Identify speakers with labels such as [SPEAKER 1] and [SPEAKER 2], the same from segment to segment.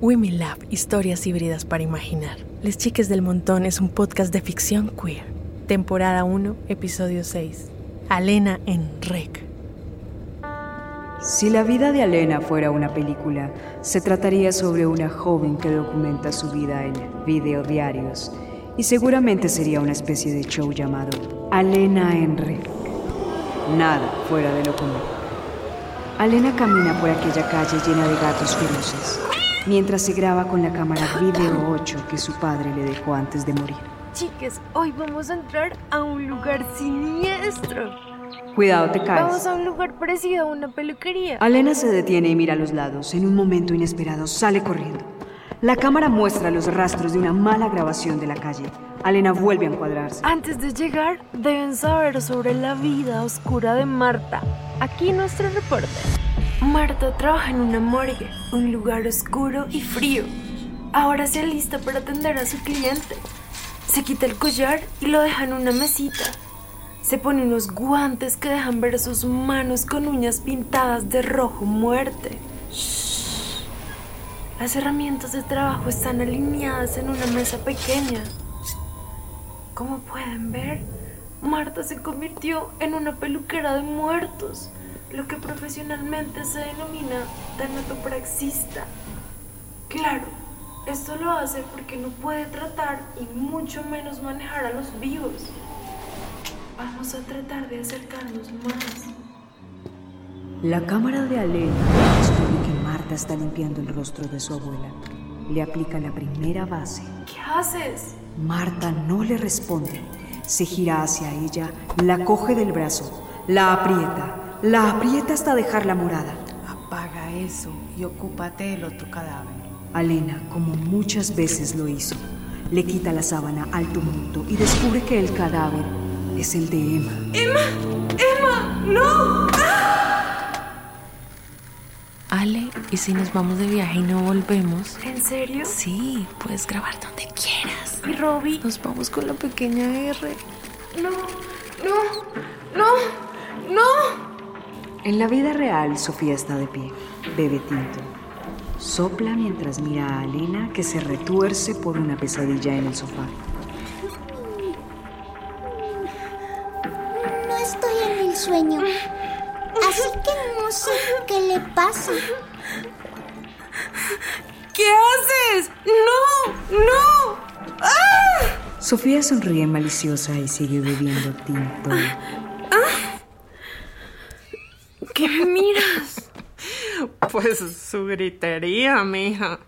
[SPEAKER 1] Women Lab, historias híbridas para imaginar. Les Chiques del Montón es un podcast de ficción queer. Temporada 1, episodio 6. Alena en Rec.
[SPEAKER 2] Si la vida de Alena fuera una película, se trataría sobre una joven que documenta su vida en videodiarios y seguramente sería una especie de show llamado Alena en Rec. Nada fuera de lo común. Alena camina por aquella calle llena de gatos feroces mientras se graba con la cámara Video 8 que su padre le dejó antes de morir.
[SPEAKER 3] Chicas, hoy vamos a entrar a un lugar siniestro.
[SPEAKER 2] Cuidado, te caes.
[SPEAKER 3] Vamos a un lugar parecido a una peluquería.
[SPEAKER 2] Alena se detiene y mira a los lados. En un momento inesperado sale corriendo. La cámara muestra los rastros de una mala grabación de la calle. Alena vuelve a encuadrarse.
[SPEAKER 3] Antes de llegar, deben saber sobre la vida oscura de Marta. Aquí nuestro reporte. Marta trabaja en una morgue, un lugar oscuro y frío. Ahora se alista para atender a su cliente. Se quita el collar y lo deja en una mesita. Se pone unos guantes que dejan ver sus manos con uñas pintadas de rojo muerte. Shh. Las herramientas de trabajo están alineadas en una mesa pequeña. Como pueden ver, Marta se convirtió en una peluquera de muertos, lo que profesionalmente se denomina tanatopraxista. Claro, esto lo hace porque no puede tratar y mucho menos manejar a los vivos. Vamos a tratar de acercarnos más.
[SPEAKER 2] La cámara de Alena descubre que Marta está limpiando el rostro de su abuela. Le aplica la primera base.
[SPEAKER 3] ¿Qué haces?
[SPEAKER 2] Marta no le responde. Se gira hacia ella, la coge del brazo, la aprieta, la aprieta hasta dejarla morada.
[SPEAKER 4] Apaga eso y ocúpate del otro cadáver.
[SPEAKER 2] Alena, como muchas veces lo hizo, le quita la sábana al tumulto y descubre que el cadáver es el de Emma.
[SPEAKER 3] ¡Emma! ¡Emma! ¡No!
[SPEAKER 1] Ale, ¿y si nos vamos de viaje y no volvemos?
[SPEAKER 3] ¿En serio?
[SPEAKER 1] Sí, puedes grabar donde quieras.
[SPEAKER 3] ¿Y Robbie?
[SPEAKER 1] Nos vamos con la pequeña R.
[SPEAKER 3] No, no, no, no.
[SPEAKER 2] En la vida real, Sofía está de pie, bebe tinto. Sopla mientras mira a Alena que se retuerce por una pesadilla en el sofá.
[SPEAKER 5] No estoy en el sueño. Así que no sé qué le pasa.
[SPEAKER 3] ¿Qué haces? ¡No! ¡No! ¡Ah!
[SPEAKER 2] Sofía sonríe maliciosa y sigue bebiendo tinto.
[SPEAKER 3] ¿Qué me miras?
[SPEAKER 4] Pues su gritería, mija.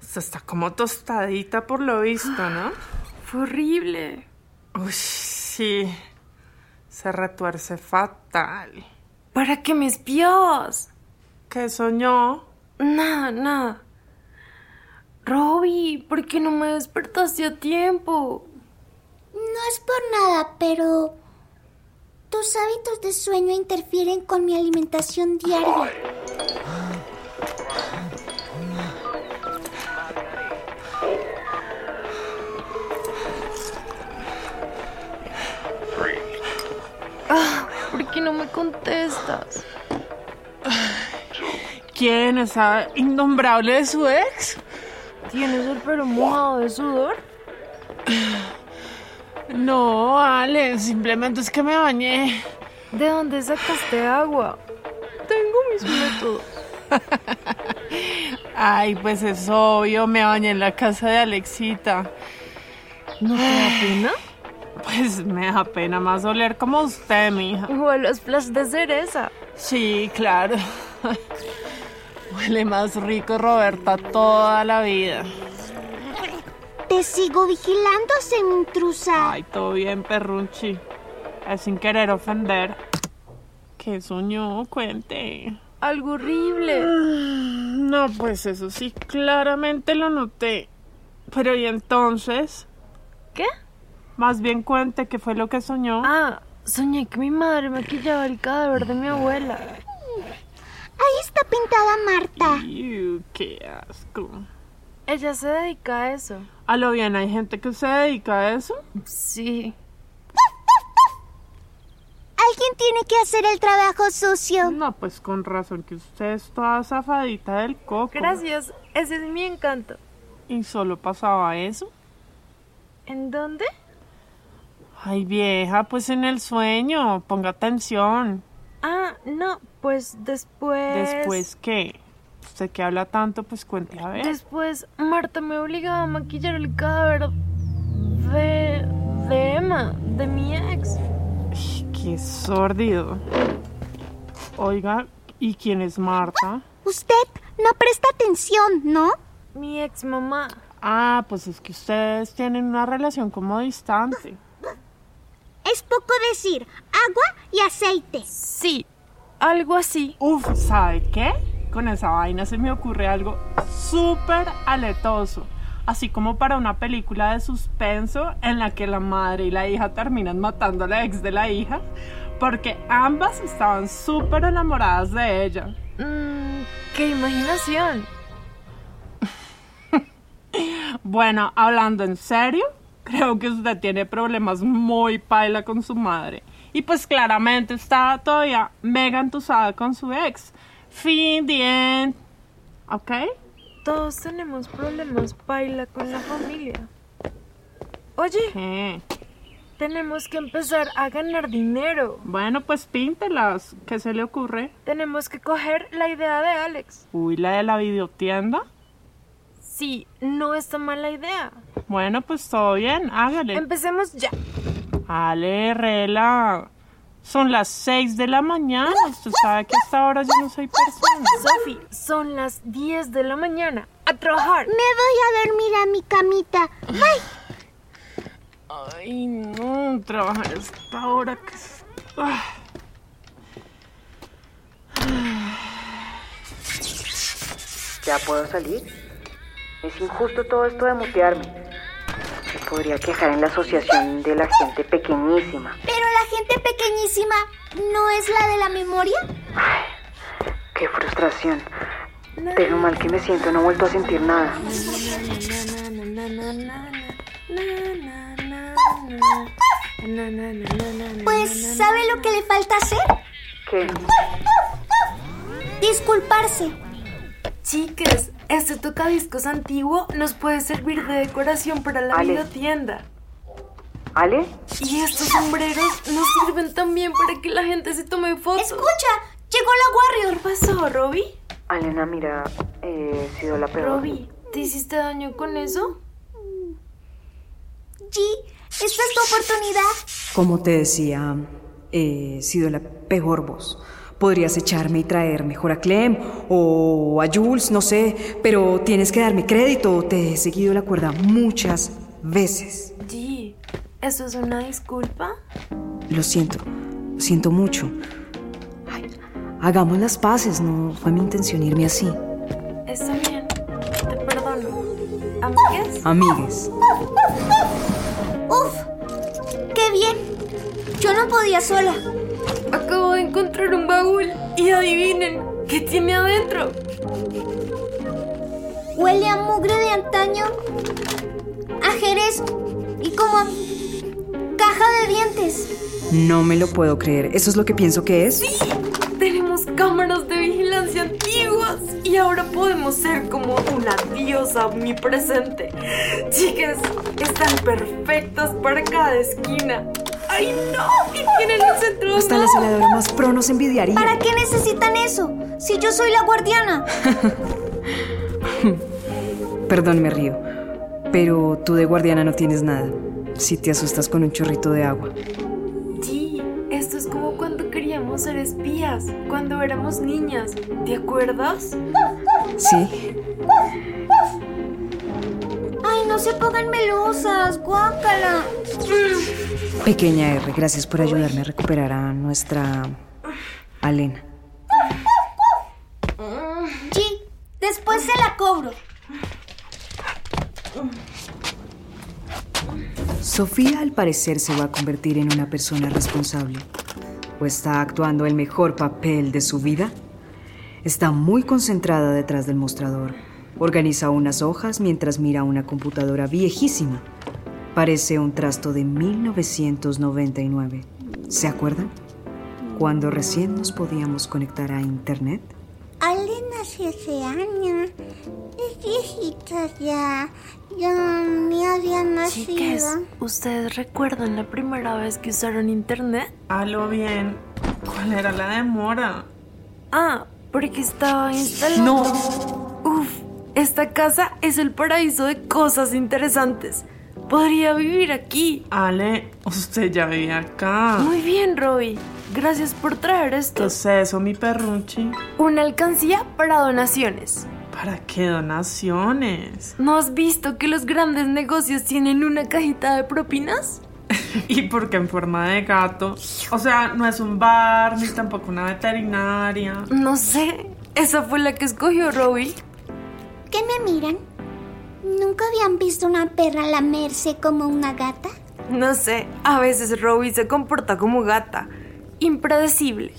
[SPEAKER 4] Se está como tostadita por lo visto, ¿no?
[SPEAKER 3] Fue horrible.
[SPEAKER 4] Uy, sí. Se retuerce fatal.
[SPEAKER 3] ¿Para qué me espiabas?
[SPEAKER 4] ¿Qué soñó?
[SPEAKER 3] Nada, nada. Robbie, ¿por qué no me despertaste a tiempo?
[SPEAKER 5] No es por nada, pero tus hábitos de sueño interfieren con mi alimentación diaria.
[SPEAKER 3] ¿Por qué no me contestas?
[SPEAKER 4] ¿Quién es esa innombrable de su ex?
[SPEAKER 3] ¿Tienes el pelo mojado de sudor?
[SPEAKER 4] No, Ale, simplemente es que me bañé.
[SPEAKER 3] ¿De dónde sacaste agua? Tengo mis métodos.
[SPEAKER 4] Ay, pues es obvio, me bañé en la casa de Alexita.
[SPEAKER 3] ¿No te da pena?
[SPEAKER 4] Pues me da pena más oler como usted, mija.
[SPEAKER 3] Igual los flash de cereza.
[SPEAKER 4] Sí, claro. Huele más rico Roberta toda la vida.
[SPEAKER 5] Te sigo vigilando, semintrusa.
[SPEAKER 4] Ay, todo bien, perrunchi. Es sin querer ofender. ¿Qué soñó? Cuente.
[SPEAKER 3] Algo horrible.
[SPEAKER 4] No, pues eso sí, claramente lo noté. Pero y entonces,
[SPEAKER 3] ¿Qué?
[SPEAKER 4] más bien cuente qué fue lo que soñó.
[SPEAKER 3] Ah, soñé que mi madre maquillaba el cadáver de mi abuela.
[SPEAKER 5] Ahí está pintada Marta.
[SPEAKER 4] Iu, qué asco.
[SPEAKER 3] Ella se dedica a eso.
[SPEAKER 4] A lo bien, hay gente que se dedica a eso.
[SPEAKER 3] Sí.
[SPEAKER 5] ¿Alguien tiene que hacer el trabajo sucio.
[SPEAKER 4] No, pues con razón que usted es toda zafadita del coco.
[SPEAKER 3] Gracias, ese es mi encanto.
[SPEAKER 4] ¿Y solo pasaba eso?
[SPEAKER 3] ¿En dónde?
[SPEAKER 4] Ay, vieja, pues en el sueño. Ponga atención.
[SPEAKER 3] Ah, no, pues después...
[SPEAKER 4] ¿Después qué? Usted que habla tanto, pues cuente a ver.
[SPEAKER 3] Después, Marta me obligaba a maquillar el cadáver de... de Emma, de mi ex.
[SPEAKER 4] Ay, qué sórdido. Oiga, ¿y quién es Marta?
[SPEAKER 5] Usted no presta atención, ¿no?
[SPEAKER 3] Mi ex mamá.
[SPEAKER 4] Ah, pues es que ustedes tienen una relación como distante.
[SPEAKER 5] Es poco decir agua y aceite.
[SPEAKER 3] Sí, algo así.
[SPEAKER 4] Uf, ¿sabe qué? Con esa vaina se me ocurre algo súper aletoso. Así como para una película de suspenso en la que la madre y la hija terminan matando a la ex de la hija, porque ambas estaban súper enamoradas de ella.
[SPEAKER 3] Mm, ¡Qué imaginación!
[SPEAKER 4] Bueno, hablando en serio, creo que usted tiene problemas muy paila con su madre. Y pues claramente está todavía mega entusada con su ex. Fin, the end. ¿Ok?
[SPEAKER 3] Todos tenemos problemas, Paila, con la familia. Oye,
[SPEAKER 4] ¿Qué?
[SPEAKER 3] tenemos que empezar a ganar dinero.
[SPEAKER 4] Bueno, pues píntelas. ¿Qué se le ocurre?
[SPEAKER 3] Tenemos que coger la idea de Alex.
[SPEAKER 4] Uy, la de la videotienda.
[SPEAKER 3] Sí, no está mala idea.
[SPEAKER 4] Bueno, pues todo bien, hágale.
[SPEAKER 3] Empecemos ya.
[SPEAKER 4] Ale, rela. Son las 6 de la mañana. Usted sabe que hasta ahora yo no soy persona.
[SPEAKER 3] Sofi, son las 10 de la mañana. A trabajar.
[SPEAKER 5] Me voy a dormir a mi camita. Ay,
[SPEAKER 4] Ay, no, trabajar a esta hora que es- Ah.
[SPEAKER 6] ¿Ya puedo salir? Es injusto todo esto de mutearme. Se podría quejar en la asociación de la gente pequeñísima.
[SPEAKER 5] pero la gente pequeñísima no es la de la memoria.
[SPEAKER 6] Qué frustración. De lo mal que me siento, no he vuelto a sentir nada.
[SPEAKER 5] Pues, ¿sabe lo que le falta hacer?
[SPEAKER 6] ¿Qué?
[SPEAKER 5] Disculparse.
[SPEAKER 3] Chicas, este tocadiscos antiguo nos puede servir de decoración para la
[SPEAKER 6] Ale.
[SPEAKER 3] videotienda.
[SPEAKER 6] ¿Ale?
[SPEAKER 3] Y estos sombreros nos sirven también para que la gente se tome fotos.
[SPEAKER 5] Escucha, llegó la Warrior.
[SPEAKER 3] ¿Qué pasó, Robbie?
[SPEAKER 6] Alena, mira, eh, he sido la peor.
[SPEAKER 3] Robbie, ¿te hiciste daño con eso?
[SPEAKER 5] G, esta es tu oportunidad.
[SPEAKER 2] Como te decía, he sido la peor voz. Podrías echarme y traer mejor a Clem o a Jules, no sé, pero tienes que darme crédito. Te he seguido la cuerda muchas veces.
[SPEAKER 3] G, ¿eso es una disculpa?
[SPEAKER 2] Lo siento, siento mucho. Ay, hagamos las paces, no fue mi intención irme así.
[SPEAKER 3] Está bien, te perdono. ¿Amigas?
[SPEAKER 2] Amigues,
[SPEAKER 5] Uf, qué bien. Yo no podía sola.
[SPEAKER 3] Acabo de encontrar un baúl y adivinen, ¿qué tiene adentro?
[SPEAKER 5] Huele a mugre de antaño, a jerez y como a caja de dientes.
[SPEAKER 2] no me lo puedo creer. ¿Eso es lo que pienso que es?
[SPEAKER 3] Tenemos cámaras de vigilancia antiguas y ahora podemos ser como una diosa omnipresente. Chicas, están perfectas para cada esquina. ¡Ay no! ¿Qué tienen el centro? de
[SPEAKER 2] Hasta
[SPEAKER 3] una-
[SPEAKER 2] la celadora más pro nos envidiaría.
[SPEAKER 5] ¿Para qué necesitan eso? Si yo soy la guardiana.
[SPEAKER 2] Perdón, me río. Pero tú de guardiana no tienes nada. Si te asustas con un chorrito de agua.
[SPEAKER 3] Sí, esto es como cuando queríamos ser espías, cuando éramos niñas. ¿Te acuerdas?
[SPEAKER 2] Sí,
[SPEAKER 5] Ay, no se pongan melosas, guácala. Mm,
[SPEAKER 2] pequeña R, gracias por ayudarme a recuperar a nuestra Alena.
[SPEAKER 5] G, después se la cobro.
[SPEAKER 2] Sofía al parecer se va a convertir en una persona responsable. O está actuando el mejor papel de su vida. Está muy concentrada detrás del mostrador. Organiza unas hojas mientras mira una computadora viejísima. Parece un trasto de 1999. ¿Se acuerdan? cuando recién nos podíamos conectar a Internet?
[SPEAKER 5] Alena se hace años. Es viejita ya. Ya me había nacido.
[SPEAKER 3] Chicas, ¿ustedes recuerdan la primera vez que usaron internet?
[SPEAKER 4] A lo bien. ¿Cuál era la demora?
[SPEAKER 3] Ah, porque estaba instalado. No. Uf, esta casa es el paraíso de cosas interesantes. Podría vivir aquí.
[SPEAKER 4] Ale, usted ya vivía acá.
[SPEAKER 3] Muy bien, Robbie. Gracias por traer
[SPEAKER 4] ¿Qué
[SPEAKER 3] esto.
[SPEAKER 4] es eso, mi perruchi?
[SPEAKER 3] Una alcancía para donaciones.
[SPEAKER 4] ¿Para qué donaciones?
[SPEAKER 3] ¿No has visto que los grandes negocios tienen una cajita de propinas?
[SPEAKER 4] ¿Y por qué en forma de gato? O sea, no es un bar, ni tampoco una veterinaria.
[SPEAKER 3] No sé. Esa fue la que escogió Robbie.
[SPEAKER 5] ¿Qué me miran? ¿Nunca habían visto una perra lamerse como una gata?
[SPEAKER 3] No sé, a veces Robbie se comporta como gata. Impredecible.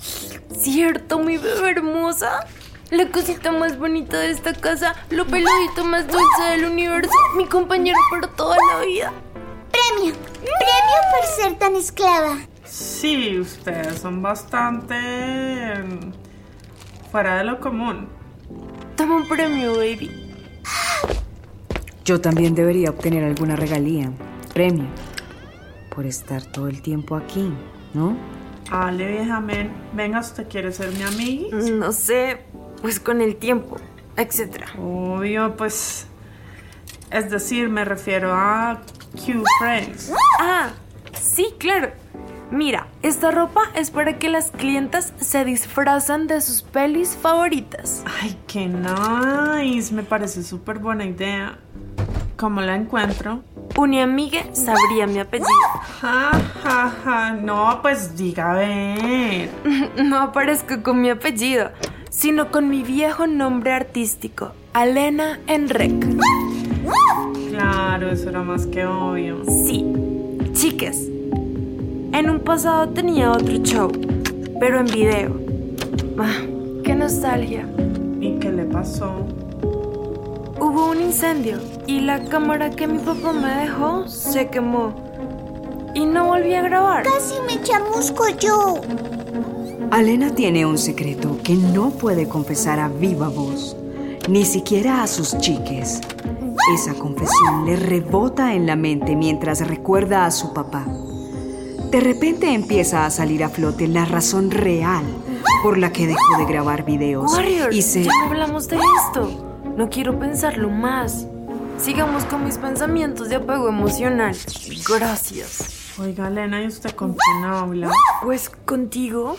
[SPEAKER 3] ¿Cierto, mi bebé hermosa? La cosita más bonita de esta casa, lo peludito más dulce del universo, mi compañero para toda la vida.
[SPEAKER 5] ¡Premio! ¡Premio por ser tan esclava!
[SPEAKER 4] Sí, ustedes son bastante... em, fuera de lo común.
[SPEAKER 3] Toma un premio, baby.
[SPEAKER 2] Yo también debería obtener alguna regalía, premio, por estar todo el tiempo aquí, ¿no?
[SPEAKER 4] Ale, vieja men, venga, ¿usted quiere ser mi amiga?
[SPEAKER 3] No sé, pues con el tiempo, etcétera.
[SPEAKER 4] Obvio, pues... Es decir, me refiero a Q Friends.
[SPEAKER 3] Ah, sí, claro. Mira, esta ropa es para que las clientas se disfrazan de sus pelis favoritas.
[SPEAKER 4] Ay, qué nice. Me parece súper buena idea. ¿Cómo la encuentro?
[SPEAKER 3] Una amiga sabría mi apellido.
[SPEAKER 4] Ja, ja, ja. No, pues diga a ver.
[SPEAKER 3] No aparezco con mi apellido, sino con mi viejo nombre artístico, Alena Enrec.
[SPEAKER 4] Claro, eso era más que obvio.
[SPEAKER 3] Sí, chicas. En un pasado tenía otro show, pero en video. Ah, qué nostalgia.
[SPEAKER 4] ¿Y qué le pasó?
[SPEAKER 3] Hubo un incendio y la cámara que mi papá me dejó se quemó. Y no volví a grabar.
[SPEAKER 5] ¡Casi me chamusco yo!
[SPEAKER 2] Alena tiene un secreto que no puede confesar a viva voz, ni siquiera a sus chiques. Esa confesión le rebota en la mente mientras recuerda a su papá. De repente empieza a salir a flote la razón real por la que dejó de grabar videos
[SPEAKER 3] Warrior,
[SPEAKER 2] y se
[SPEAKER 3] ya no hablamos de esto. No quiero pensarlo más. Sigamos con mis pensamientos de apego emocional. Gracias.
[SPEAKER 4] Oiga, Elena, ¿y usted con quién habla?
[SPEAKER 3] Pues contigo.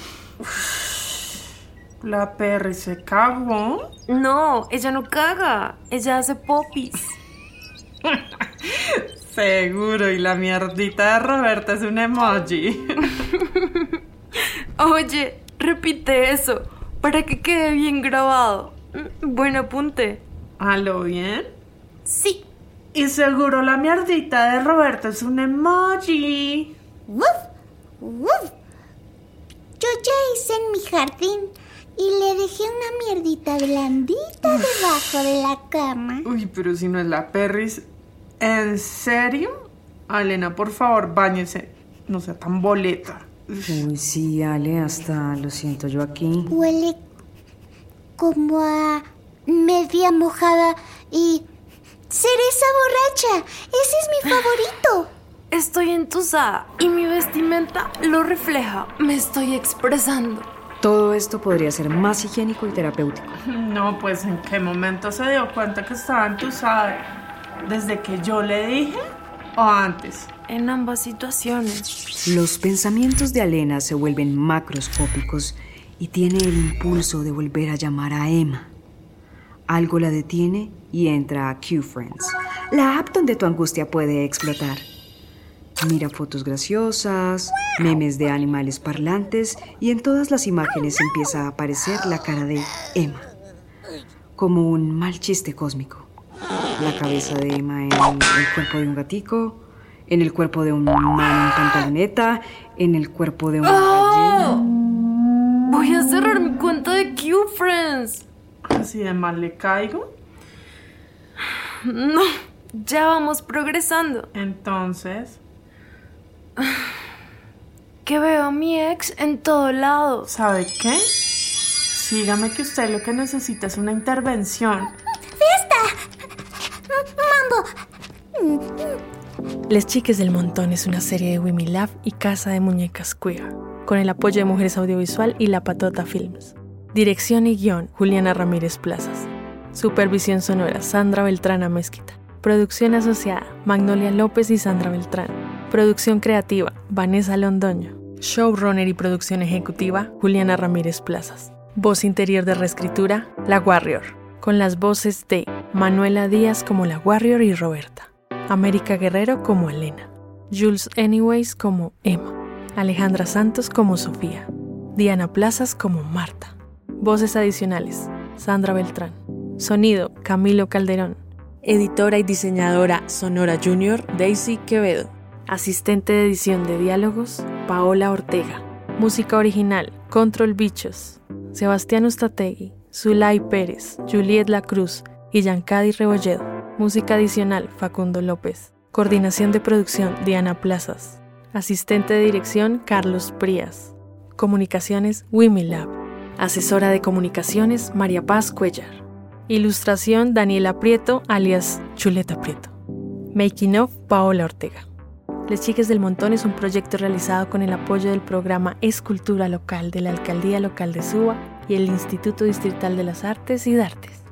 [SPEAKER 4] La perra se cagó.
[SPEAKER 3] No, ella no caga. Ella hace popis.
[SPEAKER 4] Seguro, y la mierdita de Roberta es un emoji.
[SPEAKER 3] Oye, repite eso para que quede bien grabado. Mm, Buen apunte.
[SPEAKER 4] ¿A lo bien?
[SPEAKER 3] Sí.
[SPEAKER 4] Y seguro la mierdita de Roberta es un emoji.
[SPEAKER 5] ¡Wuf! ¡Wuf! Yo ya hice en mi jardín y le dejé una mierdita blandita debajo de la cama.
[SPEAKER 4] Uy, pero si no es la perris. ¿En serio? Elena, por favor, báñese. No sea tan boleta.
[SPEAKER 2] Uy, sí, Ale, hasta lo siento yo aquí.
[SPEAKER 5] Huele como a media mojada y cereza borracha. Ese es mi favorito.
[SPEAKER 3] Estoy entusada y mi vestimenta lo refleja. Me estoy expresando.
[SPEAKER 2] Todo esto podría ser más higiénico y terapéutico.
[SPEAKER 4] No, pues en qué momento se dio cuenta que estaba entusada. ¿Desde que yo le dije o antes?
[SPEAKER 3] En ambas situaciones.
[SPEAKER 2] Los pensamientos de Alena se vuelven macroscópicos y tiene el impulso de volver a llamar a Emma. Algo la detiene y entra a Q-Friends, la app donde tu angustia puede explotar. Mira fotos graciosas, memes de animales parlantes y en todas las imágenes empieza a aparecer la cara de Emma, como un mal chiste cósmico. La cabeza de Emma en el cuerpo de un gatico, en el cuerpo de un man en pantaloneta, en el cuerpo de una gallina.
[SPEAKER 3] Voy a cerrar mi cuenta de Q-Friends.
[SPEAKER 4] Así de mal le caigo.
[SPEAKER 3] No, ya vamos progresando.
[SPEAKER 4] Entonces,
[SPEAKER 3] que veo a mi ex en todo lado.
[SPEAKER 4] ¿Sabe qué? Sígame que usted lo que necesita es una intervención.
[SPEAKER 1] Les Chiques del Montón es una serie de Wimmy Love y Casa de Muñecas Queer, con el apoyo de Mujeres Audiovisual y La Patota Films. Dirección y guión, Juliana Ramírez Plazas. Supervisión sonora, Sandra Beltrán Mezquita. Producción asociada, Magnolia López y Sandra Beltrán. Producción creativa, Vanessa Londoño. Showrunner y producción ejecutiva, Juliana Ramírez Plazas. Voz interior de reescritura, La Warrior, con las voces de Manuela Díaz como La Warrior y Roberta. América Guerrero como Elena, Jules Anyways como Emma, Alejandra Santos como Sofía, Diana Plazas como Marta. Voces adicionales, Sandra Beltrán. Sonido, Camilo Calderón. Editora y diseñadora Sonora Junior, Daisy Quevedo. Asistente de edición de diálogos, Paola Ortega. Música original, Control Bichos, Sebastián Ustategui, Zulay Pérez, Juliet La Cruz y Yancadi Rebolledo. Música adicional, Facundo López. Coordinación de producción, Diana Plazas. Asistente de dirección, Carlos Prías. Comunicaciones, Wimilab. Asesora de comunicaciones, María Paz Cuellar. Ilustración, Daniela Prieto, alias Chuleta Prieto. Making of, Paola Ortega. Les Chiques del Montón es un proyecto realizado con el apoyo del programa Escultura Local de la Alcaldía Local de Suba y el Instituto Distrital de las Artes y Dartes.